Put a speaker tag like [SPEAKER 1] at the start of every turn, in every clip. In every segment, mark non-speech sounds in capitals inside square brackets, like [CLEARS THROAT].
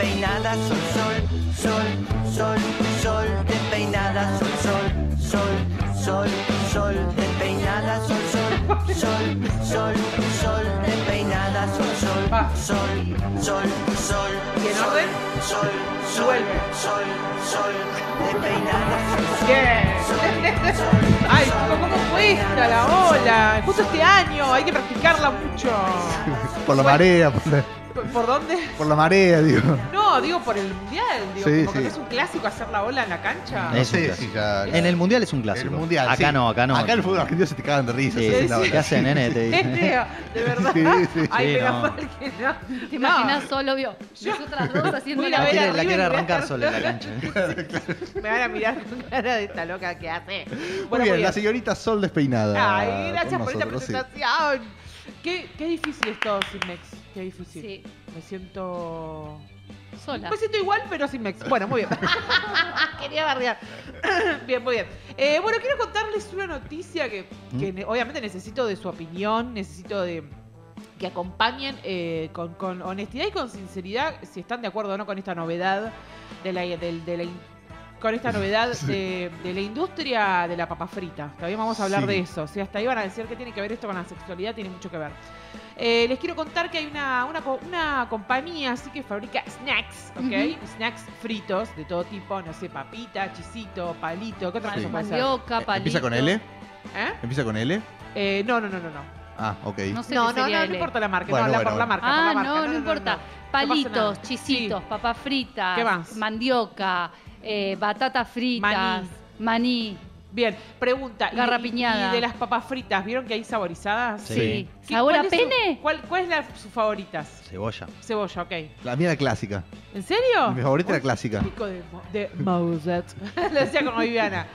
[SPEAKER 1] peinada, sol, sol, sol, sol, sol, despeinada, sol, sol, sol, sol, sol, despeinada, sol, sol, sol, sol, sol, despeinada, sol, sol,
[SPEAKER 2] Va.
[SPEAKER 1] sol, sol, sol,
[SPEAKER 2] Ah. ¿Y en
[SPEAKER 1] sol,
[SPEAKER 2] orden?
[SPEAKER 1] sol, sol,
[SPEAKER 2] Vuelve.
[SPEAKER 1] sol, sol, despeinada, sol, sol.
[SPEAKER 2] Bien. [LAUGHS] Ay, chico, ¿cómo cuesta la ola? Justo este año, hay que practicarla mucho.
[SPEAKER 3] Por la marea, por la,
[SPEAKER 2] ¿Por- ¿Por dónde?
[SPEAKER 3] por la marea, digo.
[SPEAKER 2] No, digo por el mundial. Digo,
[SPEAKER 3] Sí,
[SPEAKER 2] como que
[SPEAKER 3] sí.
[SPEAKER 2] no es un clásico hacer la ola en la cancha.
[SPEAKER 3] No
[SPEAKER 4] Es un
[SPEAKER 3] sé
[SPEAKER 4] clásico.
[SPEAKER 3] si ya.
[SPEAKER 4] En el mundial es un clásico.
[SPEAKER 3] El mundial.
[SPEAKER 4] Acá
[SPEAKER 3] sí.
[SPEAKER 4] no, acá no.
[SPEAKER 3] Acá el fútbol argentino se te cagan de risa.
[SPEAKER 4] Sí,
[SPEAKER 3] se
[SPEAKER 4] sí,
[SPEAKER 3] la
[SPEAKER 4] ¿Qué
[SPEAKER 3] hora.
[SPEAKER 4] hace, nene? Te
[SPEAKER 2] Es
[SPEAKER 4] dice.
[SPEAKER 2] feo, Este, de verdad.
[SPEAKER 3] Sí, sí.
[SPEAKER 2] Ay,
[SPEAKER 4] Sí,
[SPEAKER 2] menos
[SPEAKER 4] no.
[SPEAKER 2] mal que no. No.
[SPEAKER 5] ¿Te imaginas solo vio? Nosotras
[SPEAKER 2] [LAUGHS]
[SPEAKER 5] dos haciendo
[SPEAKER 2] Fui
[SPEAKER 5] la
[SPEAKER 2] a
[SPEAKER 4] La
[SPEAKER 2] ver
[SPEAKER 4] quiere,
[SPEAKER 2] a
[SPEAKER 4] la quiere
[SPEAKER 2] River
[SPEAKER 4] arrancar
[SPEAKER 2] Plate.
[SPEAKER 4] sola la cancha. ¿eh?
[SPEAKER 2] Me van a mirar con cara de esta loca que hace.
[SPEAKER 3] Muy
[SPEAKER 2] Bueno,
[SPEAKER 3] bien, la señorita Sol despeinada.
[SPEAKER 2] Ay, gracias
[SPEAKER 3] con
[SPEAKER 2] por esta
[SPEAKER 3] nosotros, sí.
[SPEAKER 2] presentación. Qué, qué difícil es todo sin Mex. Qué difícil.
[SPEAKER 5] Sí,
[SPEAKER 2] Me siento.
[SPEAKER 5] sola.
[SPEAKER 2] Me siento igual, pero sin Mex. Bueno, muy bien. [LAUGHS] Quería bardear. [COUGHS] bien, muy bien. Eh, bueno, quiero contarles una noticia que, que ne- obviamente necesito de su opinión, necesito de que acompañen eh, con, con honestidad y con sinceridad si están de acuerdo o no con esta novedad de la, del- de la in- con esta novedad de, de la industria de la papa frita. Todavía vamos a hablar
[SPEAKER 3] Sí.
[SPEAKER 2] de eso. O sea, hasta ahí van a decir que tiene que ver esto con la sexualidad, tiene mucho que ver. Eh, les quiero contar que hay una, una, co- una compañía así que fabrica snacks, ¿ok?
[SPEAKER 5] Ujú.
[SPEAKER 2] Snacks fritos de todo tipo, no sé, papita, chisito, palito, ¿qué otra
[SPEAKER 3] Sí.
[SPEAKER 2] cosa puede ser?
[SPEAKER 5] Mandioca, palito.
[SPEAKER 3] ¿Empieza con L?
[SPEAKER 2] ¿Eh?
[SPEAKER 3] ¿Empieza con L?
[SPEAKER 2] Eh, no, no, no, no, no.
[SPEAKER 3] Ah, ok.
[SPEAKER 5] No sé
[SPEAKER 2] No,
[SPEAKER 5] qué
[SPEAKER 2] no,
[SPEAKER 5] sería
[SPEAKER 2] no, no
[SPEAKER 5] L.
[SPEAKER 2] importa la marca, no,
[SPEAKER 3] Bueno,
[SPEAKER 2] habla
[SPEAKER 3] bueno,
[SPEAKER 2] por la
[SPEAKER 3] bueno.
[SPEAKER 2] marca, por
[SPEAKER 5] Ah,
[SPEAKER 2] la marca.
[SPEAKER 5] no, no importa. Palitos,
[SPEAKER 2] nada.
[SPEAKER 5] chisitos,
[SPEAKER 2] Sí.
[SPEAKER 5] papas fritas,
[SPEAKER 2] ¿Qué más?
[SPEAKER 5] mandioca, eh, batatas fritas, maní.
[SPEAKER 2] Bien, pregunta. ¿y-
[SPEAKER 5] Garrapiñada.
[SPEAKER 2] Y, y de las papas fritas, ¿vieron que hay saborizadas?
[SPEAKER 4] Sí.
[SPEAKER 5] Sí.
[SPEAKER 2] ¿Qué-
[SPEAKER 5] ¿Sabor a
[SPEAKER 2] cuál es su-
[SPEAKER 5] pene?
[SPEAKER 2] ¿Cuál, cuál es la, sus favoritas?
[SPEAKER 4] Cebolla.
[SPEAKER 2] Cebolla, ok.
[SPEAKER 3] La mía era clásica.
[SPEAKER 2] ¿En serio?
[SPEAKER 3] Mi favorita era
[SPEAKER 2] Uy,
[SPEAKER 3] clásica.
[SPEAKER 2] Típico de, Mo- de [LAUGHS] Mozart. Lo decía como Viviana.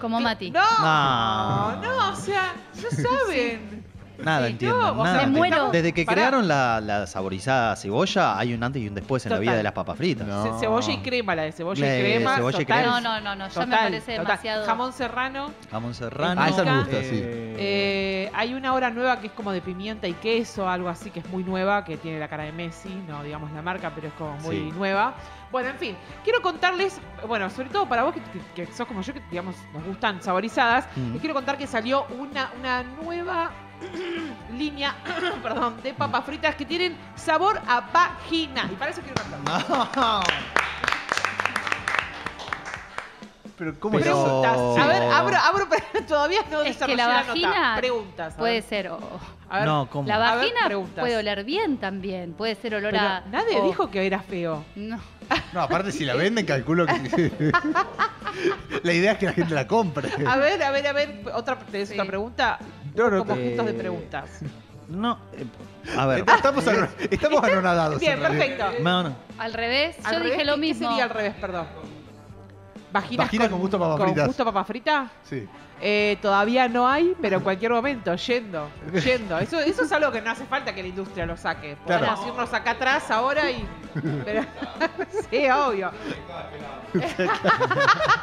[SPEAKER 5] Como Mati.
[SPEAKER 2] No, no,
[SPEAKER 4] No.
[SPEAKER 2] o sea,
[SPEAKER 4] [LAUGHS]
[SPEAKER 2] no saben.
[SPEAKER 4] Nada,
[SPEAKER 5] Sí.
[SPEAKER 4] entiendo.
[SPEAKER 2] No, o sea,
[SPEAKER 4] nada.
[SPEAKER 5] me muero.
[SPEAKER 4] Desde que
[SPEAKER 2] Pará.
[SPEAKER 4] crearon la, la saborizada cebolla, hay un antes y un después en la
[SPEAKER 2] Total.
[SPEAKER 4] vida de las papas fritas.
[SPEAKER 3] No.
[SPEAKER 2] Ce- Cebolla y crema, la de cebolla y
[SPEAKER 4] La de
[SPEAKER 2] crema.
[SPEAKER 4] cebolla y
[SPEAKER 2] total,
[SPEAKER 4] crema.
[SPEAKER 5] No, no, no, no, ya me
[SPEAKER 2] total,
[SPEAKER 5] parece
[SPEAKER 2] total.
[SPEAKER 5] demasiado.
[SPEAKER 2] Jamón serrano.
[SPEAKER 4] Jamón serrano.
[SPEAKER 2] Ah, esa me
[SPEAKER 3] gusta, sí.
[SPEAKER 2] Eh, hay una hora nueva que es como de pimienta y queso, algo así que es muy nueva, que tiene la cara de Messi, no digamos la marca, pero es como muy
[SPEAKER 4] Sí.
[SPEAKER 2] nueva. Bueno, en fin, quiero contarles, bueno, sobre todo para vos que, que- que sos como yo, que digamos nos gustan saborizadas,
[SPEAKER 4] Mm.
[SPEAKER 2] les quiero contar que salió una, una nueva [CLEARS THROAT] línea, [CLEARS THROAT] perdón, de papas fritas que tienen sabor a vagina. Y para eso quiero contar.
[SPEAKER 4] No.
[SPEAKER 3] Pero ¿cómo
[SPEAKER 4] Pero-
[SPEAKER 3] es eso?
[SPEAKER 2] Preguntas. A ver, abro, abro, pero [LAUGHS] todavía no
[SPEAKER 5] Es que
[SPEAKER 2] desarrollé
[SPEAKER 5] la
[SPEAKER 2] nota.
[SPEAKER 5] vagina pues,
[SPEAKER 2] Preguntas. a
[SPEAKER 5] Puede
[SPEAKER 2] ver.
[SPEAKER 5] ser. o-
[SPEAKER 3] Oh.
[SPEAKER 2] A ver.
[SPEAKER 4] No, ¿cómo?
[SPEAKER 5] La
[SPEAKER 2] A ver,
[SPEAKER 5] vagina
[SPEAKER 2] preguntas.
[SPEAKER 5] puede oler bien también. Puede ser olor
[SPEAKER 2] Pero
[SPEAKER 5] a.
[SPEAKER 2] nadie
[SPEAKER 5] o-
[SPEAKER 2] dijo que era feo.
[SPEAKER 5] No.
[SPEAKER 3] No, aparte si la venden, calculo
[SPEAKER 2] [LAUGHS]
[SPEAKER 3] que... la idea es que la gente la compre.
[SPEAKER 2] A ver, a ver, a ver, otra, ¿tenés
[SPEAKER 5] Sí.
[SPEAKER 2] otra pregunta?
[SPEAKER 3] No, no,
[SPEAKER 2] como
[SPEAKER 4] te-
[SPEAKER 2] puntos de
[SPEAKER 3] [LAUGHS]
[SPEAKER 2] preguntas.
[SPEAKER 4] No. eh, a ver.
[SPEAKER 3] Estamos, ano- estamos anonadados.
[SPEAKER 2] Bien,
[SPEAKER 3] en realidad.
[SPEAKER 2] perfecto.
[SPEAKER 4] No, no.
[SPEAKER 5] Al revés,
[SPEAKER 2] Al
[SPEAKER 5] yo
[SPEAKER 2] revés,
[SPEAKER 5] dije lo
[SPEAKER 2] ¿qué- qué
[SPEAKER 5] mismo.
[SPEAKER 2] sería al revés, perdón? Vagina
[SPEAKER 3] Vagina con gusto a papas fritas.
[SPEAKER 2] gusto a papas fritas?
[SPEAKER 3] Sí.
[SPEAKER 2] Eh, todavía no hay, pero en cualquier momento, yendo, yendo. Eso, eso es algo que no hace falta que la industria lo saque.
[SPEAKER 3] Claro.
[SPEAKER 2] Podemos irnos acá atrás ahora y... [LAUGHS] pero- sí, obvio.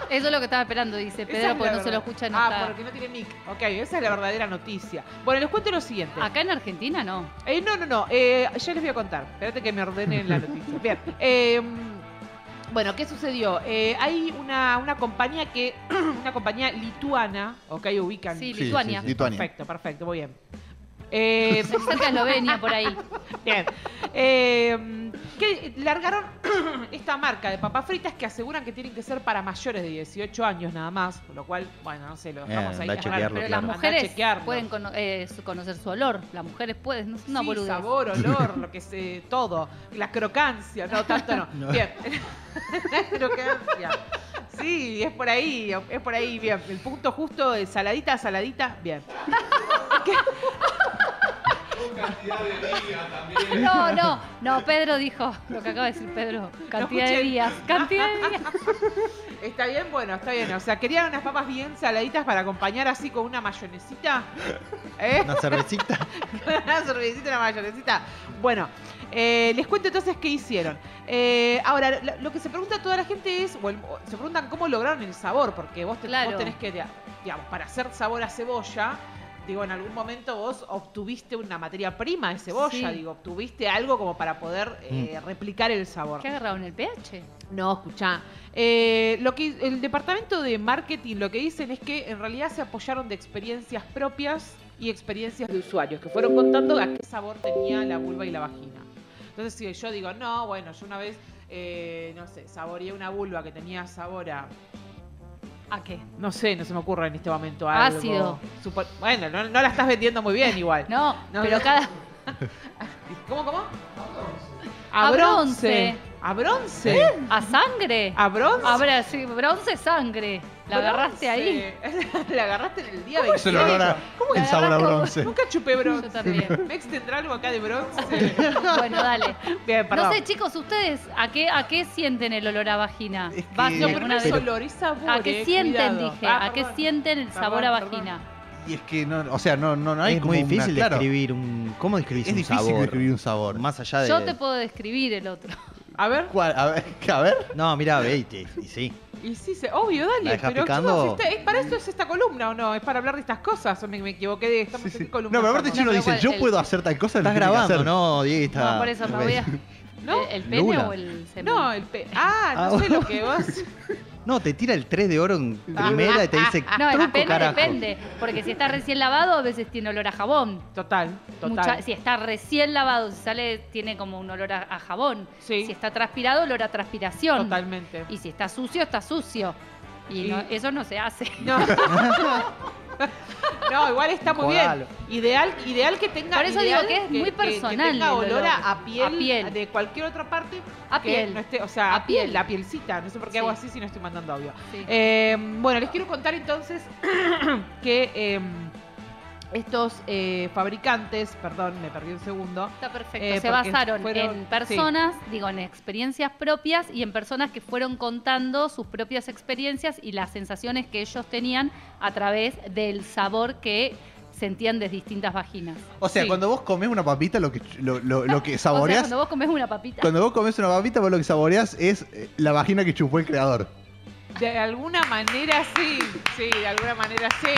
[SPEAKER 5] Eso es lo que estaba esperando, dice
[SPEAKER 2] Esa
[SPEAKER 5] Pedro,
[SPEAKER 2] es
[SPEAKER 5] porque
[SPEAKER 2] la
[SPEAKER 5] no se lo
[SPEAKER 2] verdad-
[SPEAKER 5] escucha no
[SPEAKER 2] Ah,
[SPEAKER 5] está.
[SPEAKER 2] porque no tiene mic. Ok, esa es la verdadera noticia. Bueno, les cuento lo siguiente.
[SPEAKER 5] Acá en Argentina no.
[SPEAKER 2] Eh, no, no, no. eh, ya les voy a contar. Espérate que me ordenen la noticia. Bien. eh, bueno, ¿qué sucedió? Eh, hay una, una compañía que. [CLEARS THROAT] una compañía lituana, ¿ok? Ubican.
[SPEAKER 5] Sí,
[SPEAKER 3] Sí,
[SPEAKER 5] Lituania.
[SPEAKER 3] sí, sí. Lituania.
[SPEAKER 2] Perfecto, perfecto, muy bien. Eh,
[SPEAKER 5] Cerca de Eslovenia, por ahí.
[SPEAKER 2] Bien. Eh, que largaron [CLEARS THROAT] esta marca de papas fritas que aseguran que tienen que ser para mayores de 18 años nada más, con lo cual, bueno, no sé, lo dejamos
[SPEAKER 4] Eh,
[SPEAKER 2] ahí.
[SPEAKER 4] anda a
[SPEAKER 2] largar,
[SPEAKER 4] chequearlo,
[SPEAKER 5] Pero
[SPEAKER 2] anda a
[SPEAKER 5] las
[SPEAKER 4] claro.
[SPEAKER 5] mujeres
[SPEAKER 2] chequearlo.
[SPEAKER 5] pueden cono- eh, su- conocer su olor. Las mujeres pueden, no es una
[SPEAKER 2] sí,
[SPEAKER 5] boludez.
[SPEAKER 2] sabor, olor, lo que sé, todo. La crocancia, no, tanto
[SPEAKER 4] [LAUGHS]
[SPEAKER 2] no. Bien. [LAUGHS] La crocancia. Sí, es por ahí, es por ahí, bien. El punto justo de saladita, saladita, bien.
[SPEAKER 5] No, no, no, Pedro dijo lo que acaba de decir Pedro. Cantidad de
[SPEAKER 2] escuché.
[SPEAKER 5] días, cantidad
[SPEAKER 2] [LAUGHS]
[SPEAKER 5] de días.
[SPEAKER 2] ¿Está bien? Bueno, está bien. O sea, querían unas papas bien saladitas para acompañar así con una mayonesita. ¿Eh? [LAUGHS]
[SPEAKER 4] Una cervecita.
[SPEAKER 2] una cervecita, una mayonesita. Bueno, eh, les cuento entonces qué hicieron. Eh, ahora, lo, lo que se pregunta toda la gente es, o el- o se preguntan cómo lograron el sabor, porque vos, te-
[SPEAKER 5] Claro.
[SPEAKER 2] vos tenés que, digamos, para hacer sabor a cebolla, Digo, en algún momento vos obtuviste una materia prima de cebolla,
[SPEAKER 5] Sí. Mm.
[SPEAKER 2] digo, obtuviste algo como para poder eh, replicar el sabor.
[SPEAKER 5] ¿Qué agarraron? ¿El pH?
[SPEAKER 2] No, escuchá. Eh, lo que el departamento de marketing lo que dicen es que en realidad se apoyaron de experiencias propias y experiencias de usuarios que fueron contando a qué sabor tenía la vulva y la vagina. Entonces si yo digo, no, bueno, yo una vez, eh, no sé, saboreé una vulva que tenía sabor a
[SPEAKER 5] ¿A qué?
[SPEAKER 2] no sé, no se me ocurre en este momento algo.
[SPEAKER 5] Ácido.
[SPEAKER 2] Supo- bueno, no, no la estás vendiendo muy bien igual.
[SPEAKER 5] [LAUGHS] No,
[SPEAKER 2] No,
[SPEAKER 5] pero
[SPEAKER 2] no.
[SPEAKER 5] cada.
[SPEAKER 2] ¿Cómo, cómo?
[SPEAKER 5] A
[SPEAKER 2] A
[SPEAKER 5] bronce. ¿Eh?
[SPEAKER 2] bronce. A bronce.
[SPEAKER 5] ¿A sangre?
[SPEAKER 2] A bronce.
[SPEAKER 5] Ahora sí, bronce sangre. La
[SPEAKER 2] [LAUGHS]
[SPEAKER 5] agarraste ahí.
[SPEAKER 2] ahí. la agarraste en el día
[SPEAKER 4] [LAUGHS]
[SPEAKER 3] ¿Cómo es el
[SPEAKER 2] 28.
[SPEAKER 3] olor a-
[SPEAKER 5] ¿Cómo
[SPEAKER 3] el
[SPEAKER 5] que
[SPEAKER 3] sabor a
[SPEAKER 5] agarrás como-
[SPEAKER 3] bronce?
[SPEAKER 2] Nunca chupé bronce.
[SPEAKER 5] Yo también.
[SPEAKER 2] Mex tendrá algo acá de
[SPEAKER 5] [LAUGHS]
[SPEAKER 2] bronce.
[SPEAKER 5] Bueno, dale.
[SPEAKER 2] Bien, perdón.
[SPEAKER 5] No sé, chicos, ustedes, ¿a qué, a qué sienten el olor a vagina?
[SPEAKER 3] Es que-
[SPEAKER 5] Va a
[SPEAKER 2] No,
[SPEAKER 5] ser
[SPEAKER 2] pero no
[SPEAKER 5] una
[SPEAKER 2] es
[SPEAKER 5] vez.
[SPEAKER 2] olor, es sabor.
[SPEAKER 5] ¿A qué
[SPEAKER 2] eh,
[SPEAKER 5] sienten,
[SPEAKER 2] cuidado.
[SPEAKER 5] dije?
[SPEAKER 2] Ah,
[SPEAKER 5] ¿A qué
[SPEAKER 2] perdón.
[SPEAKER 5] sienten el
[SPEAKER 2] Perdón,
[SPEAKER 5] sabor a
[SPEAKER 2] perdón.
[SPEAKER 5] vagina?
[SPEAKER 3] Y es que no, o sea, no, no, no hay
[SPEAKER 4] es
[SPEAKER 3] como
[SPEAKER 4] muy
[SPEAKER 3] una-
[SPEAKER 4] difícil
[SPEAKER 3] claro,
[SPEAKER 4] describir un. ¿Cómo describís
[SPEAKER 3] Es
[SPEAKER 4] un
[SPEAKER 3] difícil
[SPEAKER 4] sabor?
[SPEAKER 3] describir un sabor.
[SPEAKER 4] Más allá de.
[SPEAKER 5] Yo te puedo describir
[SPEAKER 2] [LAUGHS]
[SPEAKER 5] el otro.
[SPEAKER 2] A ver,
[SPEAKER 3] ¿Cuál? A ver, [LAUGHS] a ver.
[SPEAKER 4] No, mira, ve y, te- y sí.
[SPEAKER 2] y sí, se... obvio, dale.
[SPEAKER 4] ¿La dejás
[SPEAKER 2] pero
[SPEAKER 4] picando?
[SPEAKER 2] chicos, esta- es- para esto es esta columna o no, es para hablar de estas cosas. O me, me equivoqué de estamos
[SPEAKER 3] Sí, sí.
[SPEAKER 2] en qué columna.
[SPEAKER 3] No, pero aparte
[SPEAKER 2] estamos?
[SPEAKER 3] Chino
[SPEAKER 5] No,
[SPEAKER 3] dice,
[SPEAKER 5] pero
[SPEAKER 3] yo
[SPEAKER 5] el-
[SPEAKER 3] puedo hacer tal cosa. lo tiene
[SPEAKER 4] Estás
[SPEAKER 3] que
[SPEAKER 4] grabando,
[SPEAKER 3] hacer.
[SPEAKER 4] ¿no, Diego? Está...
[SPEAKER 5] No, por eso me voy a.
[SPEAKER 2] Ah, [LAUGHS] ¿No?
[SPEAKER 5] ¿El pene
[SPEAKER 4] Lula.
[SPEAKER 5] o el semen?
[SPEAKER 2] No, el pe... Ah, no
[SPEAKER 4] Ah,
[SPEAKER 2] sé lo que vos.
[SPEAKER 3] [LAUGHS]
[SPEAKER 4] No, te tira el 3 de oro en primera y te dice.
[SPEAKER 5] Ah, No, el
[SPEAKER 4] "Truco,
[SPEAKER 5] pene
[SPEAKER 4] carajo".
[SPEAKER 5] depende. Porque si está recién lavado, a veces tiene olor a jabón.
[SPEAKER 2] Total,
[SPEAKER 5] Mucha-
[SPEAKER 2] total.
[SPEAKER 5] si está recién lavado, si sale, tiene como un olor a, a jabón.
[SPEAKER 2] Sí.
[SPEAKER 5] Si está transpirado, olor a transpiración.
[SPEAKER 2] Totalmente.
[SPEAKER 5] Y si está sucio, está sucio. Y,
[SPEAKER 2] Y-
[SPEAKER 5] no- eso no se hace.
[SPEAKER 3] [LAUGHS]
[SPEAKER 2] No. No, igual está muy bien.
[SPEAKER 4] Jodalo.
[SPEAKER 2] Ideal, ideal que tenga.
[SPEAKER 5] Por eso
[SPEAKER 2] ideal
[SPEAKER 5] digo que es muy personal
[SPEAKER 2] tenga
[SPEAKER 5] el
[SPEAKER 2] olor
[SPEAKER 5] olor.
[SPEAKER 2] a, a piel,
[SPEAKER 5] A piel.
[SPEAKER 2] de cualquier otra parte.
[SPEAKER 5] A
[SPEAKER 2] que
[SPEAKER 5] piel.
[SPEAKER 2] no esté- o sea,
[SPEAKER 5] A
[SPEAKER 2] a, piel,
[SPEAKER 5] piel.
[SPEAKER 2] la pielcita. No sé por qué hago
[SPEAKER 5] Sí.
[SPEAKER 2] así si no estoy mandando audio.
[SPEAKER 5] [LAUGHS] Sí.
[SPEAKER 2] Eh, bueno, les quiero contar entonces [CLEARS THROAT] que eh, estos eh, fabricantes, perdón, me perdí un segundo.
[SPEAKER 5] Está perfecto.
[SPEAKER 2] Eh,
[SPEAKER 5] se
[SPEAKER 2] porque
[SPEAKER 5] basaron
[SPEAKER 2] fueron-
[SPEAKER 5] en personas, digo, en experiencias propias y en personas que fueron contando sus propias experiencias y las sensaciones que ellos tenían a través del sabor que sentían de distintas vaginas.
[SPEAKER 3] O sea,
[SPEAKER 2] Sí.
[SPEAKER 3] cuando vos comés una papita, lo que, lo, lo- lo
[SPEAKER 2] [LAUGHS]
[SPEAKER 3] que saboreás.
[SPEAKER 5] [LAUGHS] O sea, cuando vos comes una papita.
[SPEAKER 3] cuando vos comés una papita, vos lo que saboreás es eh, la vagina que chupó el creador.
[SPEAKER 2] De alguna manera sí, sí, de alguna manera sí.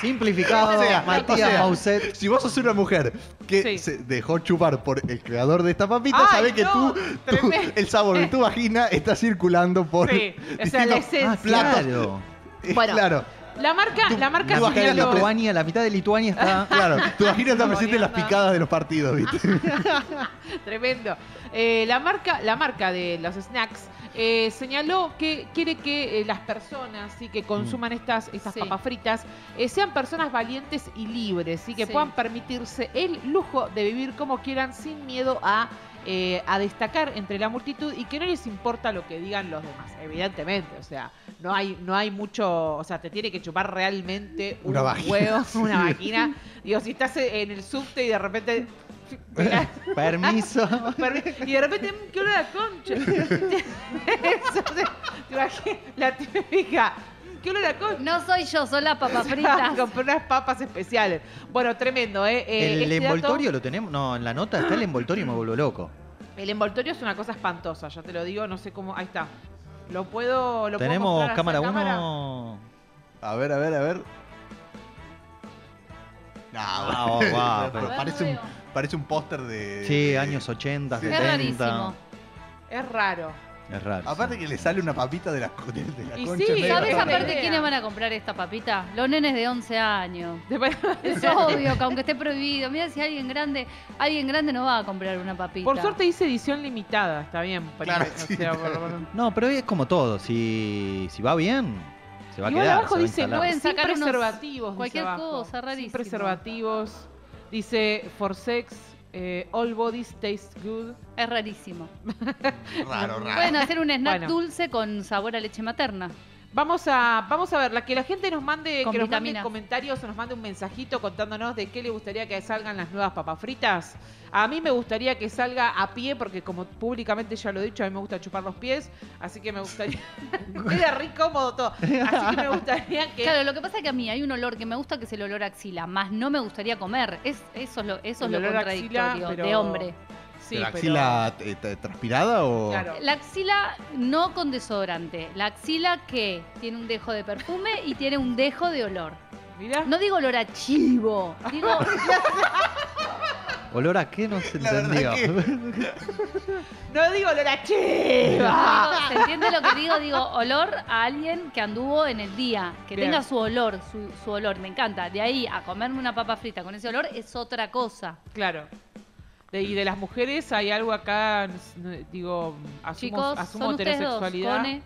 [SPEAKER 4] Simplificado,
[SPEAKER 3] O sea,
[SPEAKER 4] Ah, Matías
[SPEAKER 3] o sea,
[SPEAKER 4] Mauset.
[SPEAKER 3] Si vos sos una mujer que
[SPEAKER 2] Sí.
[SPEAKER 3] se dejó chupar por el creador de esta papita,
[SPEAKER 2] Ay,
[SPEAKER 3] sabés que
[SPEAKER 2] no,
[SPEAKER 3] tú, tú-
[SPEAKER 2] tremendo.
[SPEAKER 3] el sabor de tu vagina está circulando por
[SPEAKER 2] Sí, o sea, la
[SPEAKER 3] distintos
[SPEAKER 2] esencia.
[SPEAKER 3] Ah, platos.
[SPEAKER 4] Claro.
[SPEAKER 3] Eh,
[SPEAKER 2] Bueno.
[SPEAKER 3] Claro,
[SPEAKER 2] La marca, la
[SPEAKER 4] La
[SPEAKER 2] marca
[SPEAKER 3] Tú
[SPEAKER 4] mitad de
[SPEAKER 3] imaginas
[SPEAKER 2] Cielo-
[SPEAKER 3] la pre-
[SPEAKER 4] Lituania, la mitad de Lituania está.
[SPEAKER 3] claro. Tu
[SPEAKER 2] [LAUGHS]
[SPEAKER 3] vagina está
[SPEAKER 2] Está
[SPEAKER 3] presente en las
[SPEAKER 2] bonita.
[SPEAKER 3] picadas de los partidos, ¿viste?
[SPEAKER 2] [LAUGHS] Tremendo. Eh, la, marca, la marca de los snacks eh, señaló que quiere que eh, las personas ¿sí? que consuman estas, estas
[SPEAKER 5] Mm. Sí.
[SPEAKER 2] papas fritas eh, sean personas valientes y libres y que
[SPEAKER 5] Sí.
[SPEAKER 2] puedan permitirse el lujo de vivir como quieran sin miedo a, eh, a destacar entre la multitud y que no les importa lo que digan los demás, evidentemente. O sea, no hay, no hay mucho, o sea, te tiene que chupar realmente
[SPEAKER 3] Una
[SPEAKER 2] un
[SPEAKER 3] vagina.
[SPEAKER 4] [LAUGHS]
[SPEAKER 2] huevo, una máquina. Digo, si estás en el subte y de repente...
[SPEAKER 4] Permiso.
[SPEAKER 2] Permi- Y de repente, mm, ¿qué olor a concha? [LAUGHS] Eso, te- te imaginas, la típica, mm, ¿qué olor a concha?
[SPEAKER 5] No soy yo, son las papas
[SPEAKER 2] [LAUGHS]
[SPEAKER 5] fritas.
[SPEAKER 2] Compré unas papas especiales. Bueno, tremendo, ¿eh? Eh,
[SPEAKER 4] El
[SPEAKER 2] este dato-
[SPEAKER 4] envoltorio lo tenemos. No, en la nota está el envoltorio y me vuelvo loco.
[SPEAKER 2] el envoltorio es una cosa espantosa, ya te lo digo, no sé cómo. Ahí está. Lo puedo. Lo puedo
[SPEAKER 4] Tenemos
[SPEAKER 2] mostrar así
[SPEAKER 4] cámara
[SPEAKER 2] a
[SPEAKER 4] 1.
[SPEAKER 3] A ver, a ver, a ver.
[SPEAKER 4] Ah,
[SPEAKER 3] bueno. [LAUGHS]
[SPEAKER 4] guau, guau,
[SPEAKER 5] pero-
[SPEAKER 3] parece,
[SPEAKER 5] A ver,
[SPEAKER 3] un,
[SPEAKER 5] lo veo.
[SPEAKER 3] parece un póster de.
[SPEAKER 4] Sí, años 80,
[SPEAKER 5] Es
[SPEAKER 4] 70.
[SPEAKER 5] rarísimo.
[SPEAKER 2] Es raro.
[SPEAKER 4] Es raro.
[SPEAKER 3] Aparte
[SPEAKER 4] sí.
[SPEAKER 3] que le sale una papita de la, co- de, de la
[SPEAKER 2] Y
[SPEAKER 3] concha.
[SPEAKER 2] sí,
[SPEAKER 3] medio
[SPEAKER 5] ¿Sabes
[SPEAKER 2] Pero-
[SPEAKER 3] rara.
[SPEAKER 5] aparte
[SPEAKER 2] Idea.
[SPEAKER 5] quiénes van a comprar esta papita? Los nenes de 11 años.
[SPEAKER 2] ¿Te parece?
[SPEAKER 5] Es obvio que aunque esté prohibido, mira si alguien grande, alguien grande no va a comprar una papita.
[SPEAKER 2] Por suerte dice edición limitada, está bien. pero-
[SPEAKER 3] Claro,
[SPEAKER 2] [LAUGHS] o
[SPEAKER 3] sí.
[SPEAKER 2] sea, por lo
[SPEAKER 4] [LAUGHS]
[SPEAKER 2] menos.
[SPEAKER 4] No, pero es como todo. Si, si va bien, se va a
[SPEAKER 2] Igual
[SPEAKER 4] quedar.
[SPEAKER 2] abajo
[SPEAKER 4] se va a
[SPEAKER 2] dice
[SPEAKER 4] instalar.
[SPEAKER 5] "Pueden
[SPEAKER 2] sin
[SPEAKER 5] sacar unos-
[SPEAKER 2] preservativos. dice
[SPEAKER 5] cualquier
[SPEAKER 2] abajo.
[SPEAKER 5] cosa,
[SPEAKER 2] Sin
[SPEAKER 5] rarísimo.
[SPEAKER 2] preservativos. Dice for sex, eh, all bodies taste good.
[SPEAKER 5] Es rarísimo.
[SPEAKER 3] Raro, raro.
[SPEAKER 5] Pueden hacer un snack
[SPEAKER 2] Ah. Bueno.
[SPEAKER 5] dulce con sabor a leche materna.
[SPEAKER 2] Vamos a, vamos a ver, la que la gente nos mande,
[SPEAKER 5] Con
[SPEAKER 2] que nos mande
[SPEAKER 5] vitaminas.
[SPEAKER 2] comentarios o nos mande un mensajito contándonos de qué le gustaría que salgan las nuevas papas fritas. A mí me gustaría que salga a pie, porque como públicamente ya lo he dicho, a mí me gusta chupar los pies, así que me gustaría. [LAUGHS] Era re cómodo todo. Así que me gustaría que.
[SPEAKER 5] Claro, lo que pasa es que a mí hay un olor que me gusta que es el olor a axila, más no me gustaría comer. Es, eso es lo, eso es
[SPEAKER 2] El
[SPEAKER 5] lo
[SPEAKER 2] olor a
[SPEAKER 5] contradictorio
[SPEAKER 2] axila, pero-
[SPEAKER 5] de hombre.
[SPEAKER 2] Sí,
[SPEAKER 3] ¿De ¿La
[SPEAKER 2] pero-
[SPEAKER 3] axila eh, t- transpirada o.?
[SPEAKER 2] Claro.
[SPEAKER 5] La axila no con desodorante, la axila que tiene un dejo de perfume y tiene un dejo de olor.
[SPEAKER 2] Mirá.
[SPEAKER 5] No digo olor a chivo,
[SPEAKER 2] [LAUGHS]
[SPEAKER 5] digo
[SPEAKER 4] Olor a qué no se
[SPEAKER 3] La verdad
[SPEAKER 4] entendió.
[SPEAKER 2] No digo olor a chiva.
[SPEAKER 5] Digo, ¿Se entiende lo que digo? Digo, olor a alguien que anduvo en el día, que
[SPEAKER 2] Bien.
[SPEAKER 5] tenga su olor, su, su olor, me encanta. De ahí a comerme una papa frita con ese olor es otra cosa.
[SPEAKER 2] [LAUGHS] Claro. De- y de las mujeres hay algo acá, n- s- digo, asumo,
[SPEAKER 5] Chicos,
[SPEAKER 2] asumo
[SPEAKER 5] son ustedes dos,
[SPEAKER 2] heterosexualidad.
[SPEAKER 5] Cone.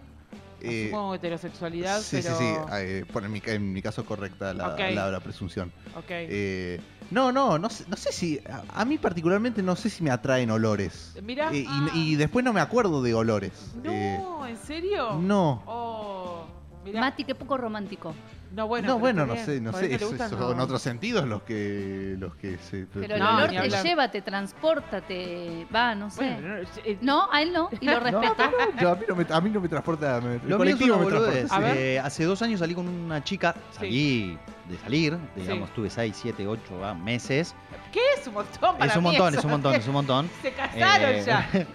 [SPEAKER 3] Eh,
[SPEAKER 2] asumo heterosexualidad,
[SPEAKER 3] sí,
[SPEAKER 2] pero.
[SPEAKER 3] sí, sí. ah, eh, por- en, mi, ca- en mi caso correcta la,
[SPEAKER 2] Ok.
[SPEAKER 3] la- la presunción.
[SPEAKER 2] Ok.
[SPEAKER 3] Eh, no, no, no sé, no sé si... A, a mí particularmente no sé si me atraen olores.
[SPEAKER 2] Mirá.
[SPEAKER 3] Eh, y,
[SPEAKER 2] Ah.
[SPEAKER 3] y después no me acuerdo de olores. Eh,
[SPEAKER 2] no, ¿en serio?
[SPEAKER 3] no.
[SPEAKER 2] Oh, mirá.
[SPEAKER 5] Mati, qué poco romántico.
[SPEAKER 2] No, bueno.
[SPEAKER 3] no,
[SPEAKER 2] pero
[SPEAKER 3] bueno,
[SPEAKER 2] está
[SPEAKER 3] no
[SPEAKER 2] bien.
[SPEAKER 3] sé, no
[SPEAKER 2] Por
[SPEAKER 3] sé,
[SPEAKER 2] ahí te
[SPEAKER 3] eso-
[SPEAKER 2] gustan,
[SPEAKER 3] eso
[SPEAKER 2] no.
[SPEAKER 3] en otros sentidos los que los que se
[SPEAKER 5] Pero el
[SPEAKER 2] No,
[SPEAKER 5] olor
[SPEAKER 2] ni
[SPEAKER 5] te
[SPEAKER 2] hablar.
[SPEAKER 5] lleva, te transporta, te va, no sé.
[SPEAKER 2] [LAUGHS] Bueno, pero no, eh,
[SPEAKER 5] No, a él no,
[SPEAKER 2] [LAUGHS]
[SPEAKER 5] y
[SPEAKER 3] No,
[SPEAKER 5] lo respeta.
[SPEAKER 3] no, yo- a mí no me, a mí no me transporta. me- el
[SPEAKER 4] Lo mío es una
[SPEAKER 3] colectivo me
[SPEAKER 4] boludez.
[SPEAKER 3] transporta.
[SPEAKER 2] A ver.
[SPEAKER 4] Eh, hace dos años salí con una chica, salí de salir, digamos,
[SPEAKER 2] Sí.
[SPEAKER 4] tuve 6, 7, 8 ah, meses.
[SPEAKER 2] ¿Qué es un montón para
[SPEAKER 4] Es un
[SPEAKER 2] mí
[SPEAKER 4] montón,
[SPEAKER 2] eso?
[SPEAKER 4] es un montón, es un montón.
[SPEAKER 2] [LAUGHS] Se casaron
[SPEAKER 4] Eh,
[SPEAKER 2] ya.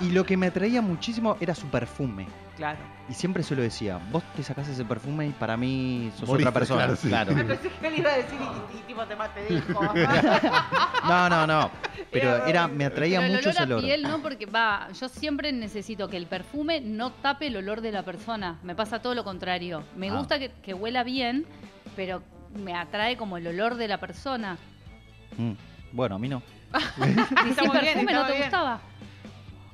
[SPEAKER 4] Y lo que me atraía muchísimo era su perfume.
[SPEAKER 2] Claro.
[SPEAKER 4] Y siempre se lo decía, vos te sacás ese perfume y para mí sos
[SPEAKER 3] Moriste,
[SPEAKER 4] otra
[SPEAKER 3] claro,
[SPEAKER 4] persona.
[SPEAKER 3] sí.
[SPEAKER 4] [LAUGHS]
[SPEAKER 2] Ay, Ah, pensé que él iba a decir y, y- y tipo te mate dijo. Ah,
[SPEAKER 4] No, no, no. Pero
[SPEAKER 2] Era
[SPEAKER 4] era, me atraía
[SPEAKER 5] Pero el
[SPEAKER 4] mucho
[SPEAKER 5] olor
[SPEAKER 4] ese
[SPEAKER 5] a
[SPEAKER 4] olor.
[SPEAKER 5] piel no, porque va, yo siempre necesito que el perfume no tape el olor de la persona. Me pasa todo lo contrario. Me
[SPEAKER 4] Ah.
[SPEAKER 5] gusta que, que huela bien, pero me atrae como el olor de
[SPEAKER 2] [LAUGHS]
[SPEAKER 5] la persona.
[SPEAKER 4] Mm, Bueno, a mí no.
[SPEAKER 5] Y
[SPEAKER 2] Está
[SPEAKER 5] sin
[SPEAKER 2] muy bien,
[SPEAKER 5] perfume
[SPEAKER 2] está
[SPEAKER 5] no
[SPEAKER 2] muy
[SPEAKER 5] te
[SPEAKER 2] bien.
[SPEAKER 5] gustaba.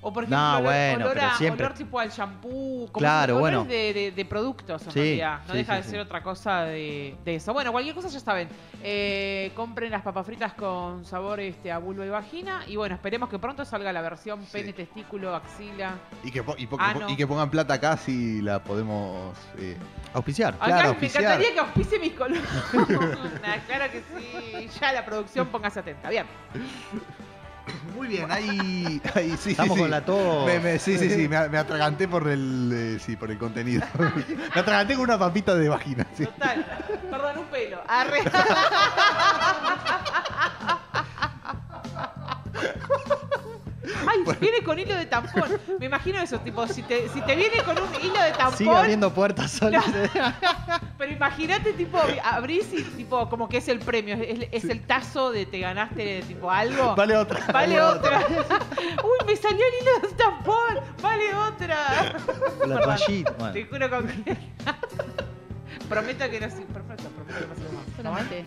[SPEAKER 2] O por ejemplo,
[SPEAKER 4] No,
[SPEAKER 2] olor,
[SPEAKER 4] bueno,
[SPEAKER 2] olor
[SPEAKER 4] pero
[SPEAKER 2] a-
[SPEAKER 4] siempre.
[SPEAKER 2] olor tipo al shampoo, como
[SPEAKER 4] Claro,
[SPEAKER 2] olores
[SPEAKER 4] bueno.
[SPEAKER 2] de, de- de productos en
[SPEAKER 4] Sí,
[SPEAKER 2] realidad. No
[SPEAKER 4] sí,
[SPEAKER 2] deja
[SPEAKER 4] sí,
[SPEAKER 2] de
[SPEAKER 4] sí.
[SPEAKER 2] ser otra cosa de, de eso. Bueno, cualquier cosa ya saben. Eh, compren las papas fritas con sabor este, a vulva y vagina. Y bueno, esperemos que pronto salga la versión
[SPEAKER 3] Sí.
[SPEAKER 2] pene, testículo, axila.
[SPEAKER 3] Y que, po- y po-
[SPEAKER 2] Ah, no.
[SPEAKER 3] y que pongan plata acá si la podemos. eh,
[SPEAKER 4] Auspiciar.
[SPEAKER 2] Acá
[SPEAKER 3] Claro,
[SPEAKER 2] me
[SPEAKER 3] oficial.
[SPEAKER 2] encantaría que auspice mis
[SPEAKER 4] [LAUGHS]
[SPEAKER 2] [LAUGHS] columnas. claro que sí. Ya la producción póngase atenta. Bien.
[SPEAKER 3] Muy bien, ahí. [LAUGHS] ahí sí, sí,
[SPEAKER 4] Estamos
[SPEAKER 3] sí.
[SPEAKER 4] con la tos.
[SPEAKER 3] Me- me- sí, sí,
[SPEAKER 4] [LAUGHS]
[SPEAKER 3] sí, me, me atraganté por el, eh, sí, por el contenido. [LAUGHS] me atraganté con una papita de vagina. sí.
[SPEAKER 2] Total. Perdón, un pelo. Arre. Ay, viene con hilo de tampón. Me imagino eso, tipo, si te, si te viene con un hilo de tampón,
[SPEAKER 4] Sigue abriendo
[SPEAKER 2] [LAUGHS]
[SPEAKER 4] puertas. Sol.
[SPEAKER 2] pero imagínate, tipo, abrís y, tipo, como que es el premio, es, es el tazo de te ganaste, tipo, algo.
[SPEAKER 3] Vale otra.
[SPEAKER 2] Vale otra. Uy, me salió el hilo de tampón. Vale otra.
[SPEAKER 4] La toallita. bueno.
[SPEAKER 2] Te [LAUGHS] juro con que... prometo que no... Prometo, prometo que no se lo más.
[SPEAKER 5] Solamente.